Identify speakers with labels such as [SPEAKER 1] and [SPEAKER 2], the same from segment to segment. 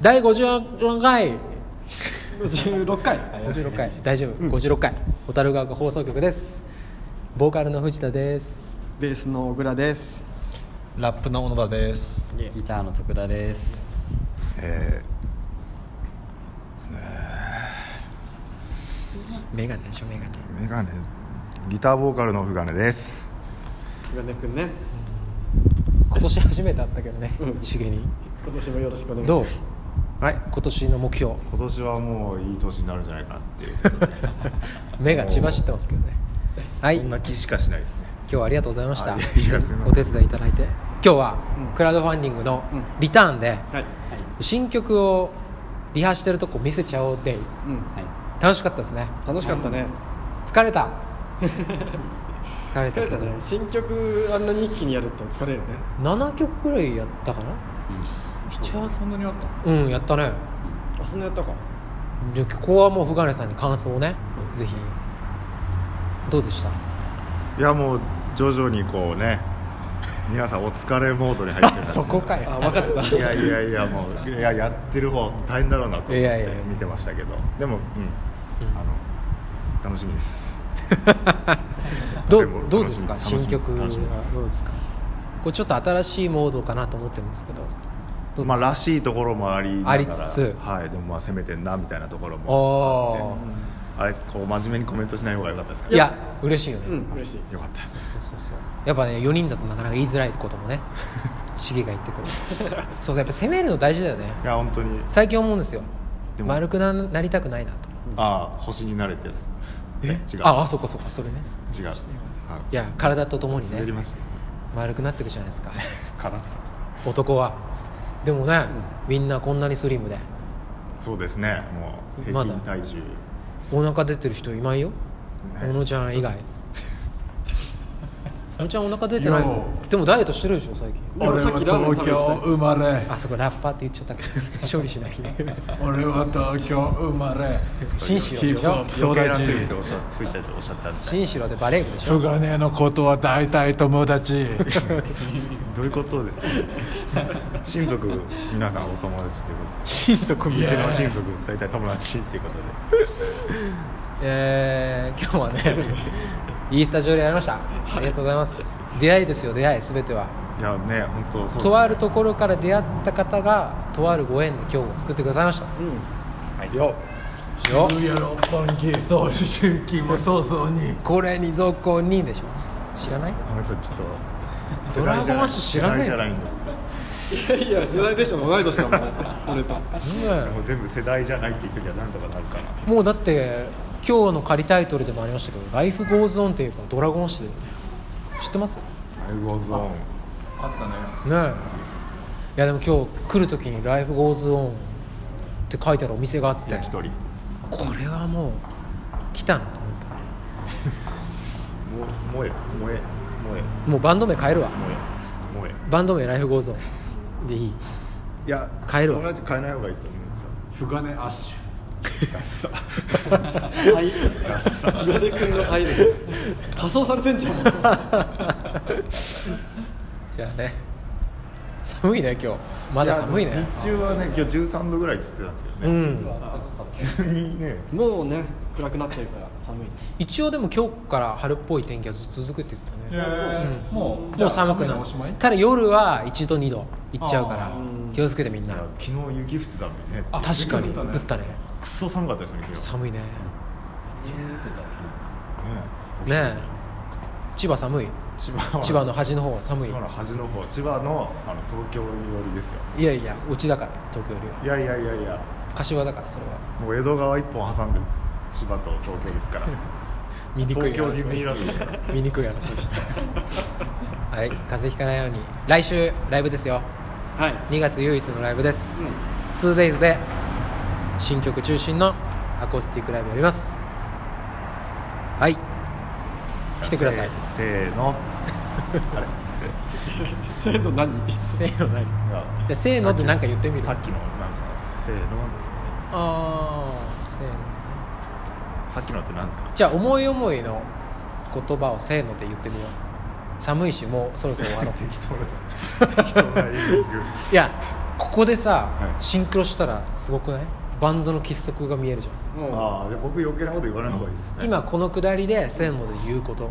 [SPEAKER 1] 第54回
[SPEAKER 2] 56回
[SPEAKER 1] 56回大丈夫、56回蛍川区放送局ですボーカルの藤田です
[SPEAKER 2] ベースの小倉です
[SPEAKER 3] ラップの小野田です。
[SPEAKER 4] ギターの徳田です
[SPEAKER 3] えメガネでしょメガネ。メガネ。ギターボーカルのフガネです。
[SPEAKER 2] 岩根くんね
[SPEAKER 1] 今年初めて会ったけどね、
[SPEAKER 2] うん
[SPEAKER 1] しげに
[SPEAKER 2] 今年もよろしくお願いし
[SPEAKER 1] ど
[SPEAKER 2] ま
[SPEAKER 1] う
[SPEAKER 3] はい。
[SPEAKER 1] 今年の目標
[SPEAKER 3] 今年はもういい年になるんじゃないかなっていう。
[SPEAKER 1] 目が血走ってますけどねはい
[SPEAKER 3] そん
[SPEAKER 1] 今
[SPEAKER 3] な気しかしないですね。
[SPEAKER 1] 日はありがとうございました
[SPEAKER 3] あいやいやすいませ
[SPEAKER 1] お
[SPEAKER 3] ん
[SPEAKER 1] 手伝いいただいて今日は
[SPEAKER 2] うん
[SPEAKER 1] クラウドファンディングの
[SPEAKER 2] うん
[SPEAKER 1] リターンです
[SPEAKER 2] はい
[SPEAKER 1] 新曲をリハしてるとこ見せちゃおうデイ
[SPEAKER 2] うん
[SPEAKER 4] は
[SPEAKER 1] 楽しかったですね
[SPEAKER 2] 楽しかったね
[SPEAKER 1] 疲れた疲れ
[SPEAKER 2] 疲
[SPEAKER 1] た
[SPEAKER 2] れ
[SPEAKER 1] け
[SPEAKER 2] た
[SPEAKER 1] ど
[SPEAKER 2] ね新曲あんなに一気にやると疲れるね
[SPEAKER 1] 7曲ぐらいやったかな、一応
[SPEAKER 3] そんなにあった。
[SPEAKER 1] うんやったね
[SPEAKER 2] あそんなやったか
[SPEAKER 1] じゃあここはもうフガネさんに感想をねぜひどうでした
[SPEAKER 3] いやもう徐々にこうね、皆さんお疲れモードに入って た。
[SPEAKER 1] こかよ
[SPEAKER 2] あ分かってた
[SPEAKER 3] いやいやいやもういややってる方大変だろうなと思っ
[SPEAKER 1] いやいや
[SPEAKER 3] て見てましたけど、でもうん、
[SPEAKER 1] うん
[SPEAKER 3] あの楽しみです。
[SPEAKER 1] ど
[SPEAKER 3] で
[SPEAKER 1] う
[SPEAKER 3] も
[SPEAKER 1] どうですか
[SPEAKER 3] 楽しみ
[SPEAKER 1] 新曲は
[SPEAKER 3] 楽しみです
[SPEAKER 1] どうですかこれちょっと新しいモードかなと思ってるんですけどどうですか
[SPEAKER 3] まあ、らしいところもありながら
[SPEAKER 1] ありつつ
[SPEAKER 3] はい、でもまあ攻めてんなみたいなところ
[SPEAKER 1] お
[SPEAKER 3] もあってあれこう真面目にコメントしない方が良かったですか
[SPEAKER 1] いや嬉しいよね、
[SPEAKER 2] うん嬉しい
[SPEAKER 3] よかったです
[SPEAKER 1] そうそうそうやっぱね4人だとなかなか言いづらいこと もねシゲが言ってくるそうそうやっぱ攻めるの大事だよね
[SPEAKER 3] いや本当に
[SPEAKER 1] 最近思うんですよ
[SPEAKER 3] でも
[SPEAKER 1] 丸くななりたくないなと
[SPEAKER 3] ああ星になれってやつえ違う
[SPEAKER 1] ああそっかそっかそれね
[SPEAKER 3] 違う
[SPEAKER 1] いや体ととも
[SPEAKER 3] あ
[SPEAKER 1] に
[SPEAKER 3] 滑り
[SPEAKER 1] ね
[SPEAKER 3] まし
[SPEAKER 1] 丸くなっていくじゃないですか
[SPEAKER 3] たかな
[SPEAKER 1] 男はでもね、みんなこんなにスリムで
[SPEAKER 3] そうですねもう平均体重、
[SPEAKER 1] お腹出てる人いないよ小野ちゃん以外小野ちゃんお腹出てない
[SPEAKER 5] よ
[SPEAKER 1] でもダイエットしてるでしょ最近
[SPEAKER 5] 俺
[SPEAKER 2] 俺
[SPEAKER 5] は
[SPEAKER 2] さっきラーメン食べ
[SPEAKER 5] 東
[SPEAKER 2] て
[SPEAKER 5] 京
[SPEAKER 2] き
[SPEAKER 5] 生まれ
[SPEAKER 1] あそこラッパーって言っちゃったけど 勝利しないね
[SPEAKER 5] 俺は東京生まれ
[SPEAKER 1] 紳士
[SPEAKER 5] ヒ
[SPEAKER 1] で
[SPEAKER 5] ッ
[SPEAKER 1] し
[SPEAKER 5] プホッ
[SPEAKER 1] ょ
[SPEAKER 3] 余
[SPEAKER 5] プ
[SPEAKER 3] 計な
[SPEAKER 5] 育
[SPEAKER 3] スイッ
[SPEAKER 5] ち
[SPEAKER 3] チおっしゃついちゃっておっしゃったみたい
[SPEAKER 1] 紳士郎でバレー部でしょ
[SPEAKER 5] 不金のことは大体友達
[SPEAKER 3] どういうことですか親族皆さんお友達ということ
[SPEAKER 1] 親族
[SPEAKER 3] でうちの親族大体友達っていうことで
[SPEAKER 1] えー、今日は ねいいスタジオでやりましたありがとうございます出会いですよ出会い全てはい
[SPEAKER 3] やね本当そうですね
[SPEAKER 1] とあるところから出会った方がとあるご縁で今日も作ってくださいました
[SPEAKER 2] たうん
[SPEAKER 3] よ
[SPEAKER 1] よ
[SPEAKER 5] 渋谷六本木そう思春期も早々に
[SPEAKER 1] これにぞこにでしょ知らない
[SPEAKER 3] ごめんなさいちょっと
[SPEAKER 1] ドラゴンアッシュ知らない
[SPEAKER 3] 世代じゃないんだ
[SPEAKER 2] いや世代でしょ同い年だもんね 俺と
[SPEAKER 3] もう全部世代じゃないって言っときはなんとかなるかな
[SPEAKER 1] もうだって今日の仮タイトルでもありましたけど「ライフゴーズオンっていうかドラゴンアッシュで知ってますね
[SPEAKER 3] アイゴーゾーン
[SPEAKER 5] あっ
[SPEAKER 1] えいやでも今日来る時に「ライフゴーズオンって書いてあるお店があって
[SPEAKER 3] 焼き鳥
[SPEAKER 1] これはもう来たなと思った
[SPEAKER 3] も燃え燃え燃え
[SPEAKER 1] もうバンド名変えるわ
[SPEAKER 3] 燃え燃
[SPEAKER 1] バンド名ライフゴーズオンでいい
[SPEAKER 3] えいや
[SPEAKER 1] 変える
[SPEAKER 3] それは変えない方がいいと思うんですよ
[SPEAKER 5] たね不金アッシ
[SPEAKER 2] はい岩根くんの愛で仮装されてんじゃん
[SPEAKER 1] じゃあね寒いね今日まだ寒い
[SPEAKER 3] や
[SPEAKER 1] ね
[SPEAKER 3] 日中はね今日13度ぐらいっつってたんですけど
[SPEAKER 1] う
[SPEAKER 3] ね
[SPEAKER 1] ん
[SPEAKER 3] 急にね
[SPEAKER 2] もうね暗くなってるから寒い
[SPEAKER 1] 一応でも今日から春っぽい天気がずっと続くって言ってた
[SPEAKER 5] ュ
[SPEAKER 1] ね
[SPEAKER 5] えーもう
[SPEAKER 1] もう寒く
[SPEAKER 5] じゃ
[SPEAKER 1] な
[SPEAKER 5] あ
[SPEAKER 1] る
[SPEAKER 5] おしまい
[SPEAKER 1] ただ夜は1度2度いっちゃうから
[SPEAKER 5] あ
[SPEAKER 2] ー
[SPEAKER 1] 気をつけてみん
[SPEAKER 3] い
[SPEAKER 1] な
[SPEAKER 3] や昨日雪降ってたんでね
[SPEAKER 5] あ
[SPEAKER 1] 確かに
[SPEAKER 5] 雪降った
[SPEAKER 1] 降
[SPEAKER 5] ね
[SPEAKER 1] ったね
[SPEAKER 3] クソ寒かったですね昨日
[SPEAKER 1] 寒いね
[SPEAKER 3] ね
[SPEAKER 1] ねえ千葉寒い
[SPEAKER 3] 千葉は
[SPEAKER 1] 千葉の端の方は寒い
[SPEAKER 3] 千葉の端の方千葉のあの東京寄りですよ
[SPEAKER 1] いやいやうちだから東京よりはい
[SPEAKER 3] やいやいやいや
[SPEAKER 1] 柏だからそれは
[SPEAKER 3] もう江戸川一本挟んで千葉と東京ですから
[SPEAKER 1] 見にくい
[SPEAKER 3] 東京ディズニ
[SPEAKER 1] 争
[SPEAKER 3] ー
[SPEAKER 1] い
[SPEAKER 3] ランドですから
[SPEAKER 1] 見にくい争いして はい風邪ひかないように来週ライブですよ
[SPEAKER 2] はい
[SPEAKER 1] 2月唯一のライブです、
[SPEAKER 2] うん
[SPEAKER 1] 2days で新曲中心のアコースティックライブやりますはい 来てください
[SPEAKER 3] せーせーの
[SPEAKER 2] せーの何
[SPEAKER 1] せーの何じ
[SPEAKER 3] いや
[SPEAKER 1] ゃあせーのって何か言ってみる
[SPEAKER 3] さっきのなんかせーの
[SPEAKER 1] ああせーの
[SPEAKER 3] さっきのってなんですか
[SPEAKER 1] じゃあ思い思いの言葉をせーので言ってみよ う寒いしもうそろそろ終わろう
[SPEAKER 3] 適当な適当な英語
[SPEAKER 1] いやここでさ、
[SPEAKER 3] はい
[SPEAKER 1] シンクロしたらすごくないバンドの結束が見えるじゃん
[SPEAKER 2] も
[SPEAKER 3] ああじゃあ僕余計なこと言わない方がいいですね
[SPEAKER 1] 今この下りでせーので言うことっ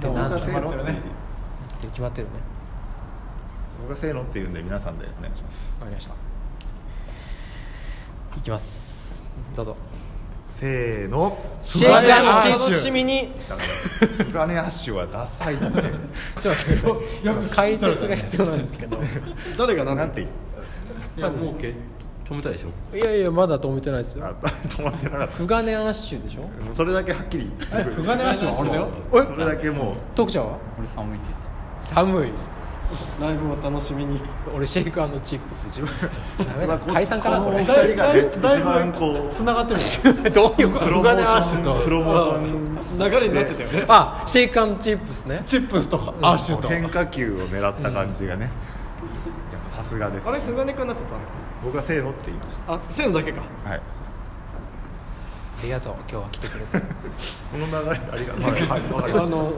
[SPEAKER 1] て
[SPEAKER 3] 僕
[SPEAKER 1] 何だ
[SPEAKER 3] が
[SPEAKER 1] っ
[SPEAKER 3] せーのって
[SPEAKER 5] なんだ
[SPEAKER 1] て決まってるよね
[SPEAKER 3] 僕がせーのって言うんで皆さんでお願いします
[SPEAKER 1] わかりましたいきますどうぞ
[SPEAKER 3] せーの
[SPEAKER 1] シェイクアンドチ
[SPEAKER 2] う
[SPEAKER 1] ー
[SPEAKER 2] 楽
[SPEAKER 1] ズ
[SPEAKER 2] しみに
[SPEAKER 3] だからフラネアッシュはダサいって
[SPEAKER 1] ちょっと待ってください解説が必要なんですけど
[SPEAKER 2] 誰が
[SPEAKER 3] な
[SPEAKER 2] 何
[SPEAKER 3] んて
[SPEAKER 2] て
[SPEAKER 3] 言っ
[SPEAKER 6] いやもうけ止めたでしょ
[SPEAKER 1] いやいやまだと思ってないです
[SPEAKER 3] た
[SPEAKER 1] よ
[SPEAKER 3] 止まってなかっ
[SPEAKER 1] フガネアッシュでしょ
[SPEAKER 3] たそれだけはっきり
[SPEAKER 5] 不金足は俺だよ
[SPEAKER 3] それだけもう
[SPEAKER 1] 徳ちゃんは
[SPEAKER 4] 俺寒いって
[SPEAKER 1] 寒い
[SPEAKER 2] ライブを楽しみに
[SPEAKER 1] 俺シェイクアンドチップスダメ
[SPEAKER 3] ま
[SPEAKER 1] だ
[SPEAKER 3] あこ
[SPEAKER 1] 解散かな
[SPEAKER 3] こ
[SPEAKER 1] こ
[SPEAKER 3] のお
[SPEAKER 1] れ
[SPEAKER 3] 二人が
[SPEAKER 2] だ
[SPEAKER 3] ね
[SPEAKER 2] いぶだいぶ
[SPEAKER 3] 一番こう
[SPEAKER 2] 繋がってる
[SPEAKER 1] れどういうこ
[SPEAKER 3] プ
[SPEAKER 1] と
[SPEAKER 3] ロモーションプロモーション
[SPEAKER 2] 流れになってたよね
[SPEAKER 1] あシェイクアンドチップスね
[SPEAKER 5] チップスとかアッシュとか
[SPEAKER 3] 変化球を狙った感じがね、やっぱさすがです
[SPEAKER 2] あれフガネ君になってたんだっ
[SPEAKER 3] 僕はせーのって言いまし
[SPEAKER 2] けあせーのだけか
[SPEAKER 3] た、はい、
[SPEAKER 1] ありがとう今日は来てくれて
[SPEAKER 3] この流れありがと う、はいはい、わか
[SPEAKER 2] あ
[SPEAKER 3] りまし
[SPEAKER 2] の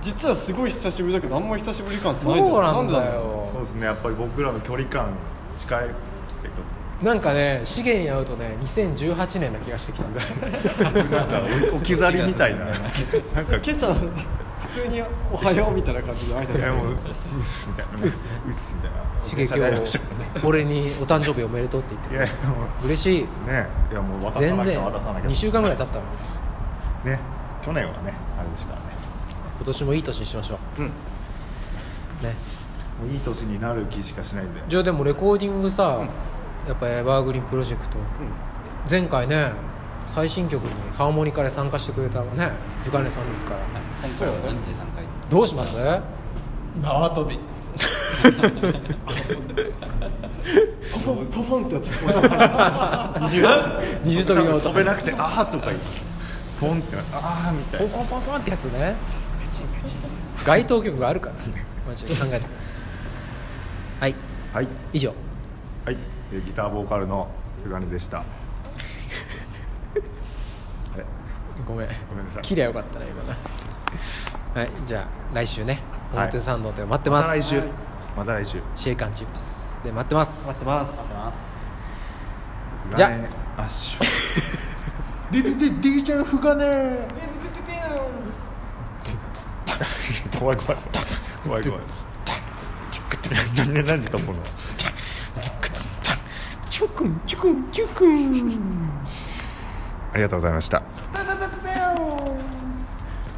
[SPEAKER 2] 実はすごい久しぶりだけどあんま久しぶり感ない
[SPEAKER 1] そうなん
[SPEAKER 2] で
[SPEAKER 1] だ
[SPEAKER 2] ろう
[SPEAKER 1] よ
[SPEAKER 3] たそうですねやっぱり僕らの距離感近いってこ
[SPEAKER 1] なんかね資源に会うとね2018年な気がしてきたんだ
[SPEAKER 3] となんかお置き去りみたいななんか
[SPEAKER 2] 今朝普通に「おはよう」みたいな感じで挨
[SPEAKER 3] いやも
[SPEAKER 2] 拶
[SPEAKER 3] ううっすみたいなねうっすみたいな
[SPEAKER 1] 刺激
[SPEAKER 3] 喋りましょうね
[SPEAKER 1] を俺にお誕生日おめでとうって言って
[SPEAKER 3] い
[SPEAKER 1] く
[SPEAKER 3] や
[SPEAKER 1] れ
[SPEAKER 3] い
[SPEAKER 1] る
[SPEAKER 3] やも
[SPEAKER 1] 嬉しいう
[SPEAKER 3] ねいやもう渡さ
[SPEAKER 1] 全
[SPEAKER 3] なき
[SPEAKER 1] 然
[SPEAKER 3] ゃ渡さなきゃ
[SPEAKER 1] 2週間ぐらい経ったの
[SPEAKER 3] ね去年はねあれですからね
[SPEAKER 1] 今年もいい年にしましょうね
[SPEAKER 3] もういい年になる気しかしないんで
[SPEAKER 1] じゃあでもレコーディングさ、やっぱエバーグリーンプロジェクト、前回ね最新曲にハーモニカで参加してくれたね深根さんですから、
[SPEAKER 4] 今回は何で3回
[SPEAKER 1] どうします
[SPEAKER 5] 縄跳び
[SPEAKER 2] ポンポンポンってやつ
[SPEAKER 1] 二重跳びの音
[SPEAKER 3] 飛べなくてああとか言ってポンってなってああみたい
[SPEAKER 1] ポ
[SPEAKER 3] な
[SPEAKER 1] ンポンポンポンってやつね街頭曲があるからマジで考えてきますはい
[SPEAKER 3] はい
[SPEAKER 1] 以上
[SPEAKER 3] はい、えーギターボーカルのフガネでした。あれ
[SPEAKER 1] ごめん
[SPEAKER 3] ごめんなさい
[SPEAKER 1] 切りゃよかったな今なはいじゃあ来週ね
[SPEAKER 3] はい
[SPEAKER 1] 表参道で待って
[SPEAKER 3] ま
[SPEAKER 1] ます、
[SPEAKER 3] た来週。また来週。
[SPEAKER 1] シェイカンチップスで待ってます待ってますじ
[SPEAKER 3] じ
[SPEAKER 1] ゃ
[SPEAKER 3] ゃ
[SPEAKER 1] あ
[SPEAKER 3] あ、アッシュ。
[SPEAKER 5] ディディディちゃん不可ね
[SPEAKER 3] 怖い怖い。怖い怖い。何で何で飛ぶの？
[SPEAKER 1] チュクンチュクンチュクン
[SPEAKER 3] ありがとうございました。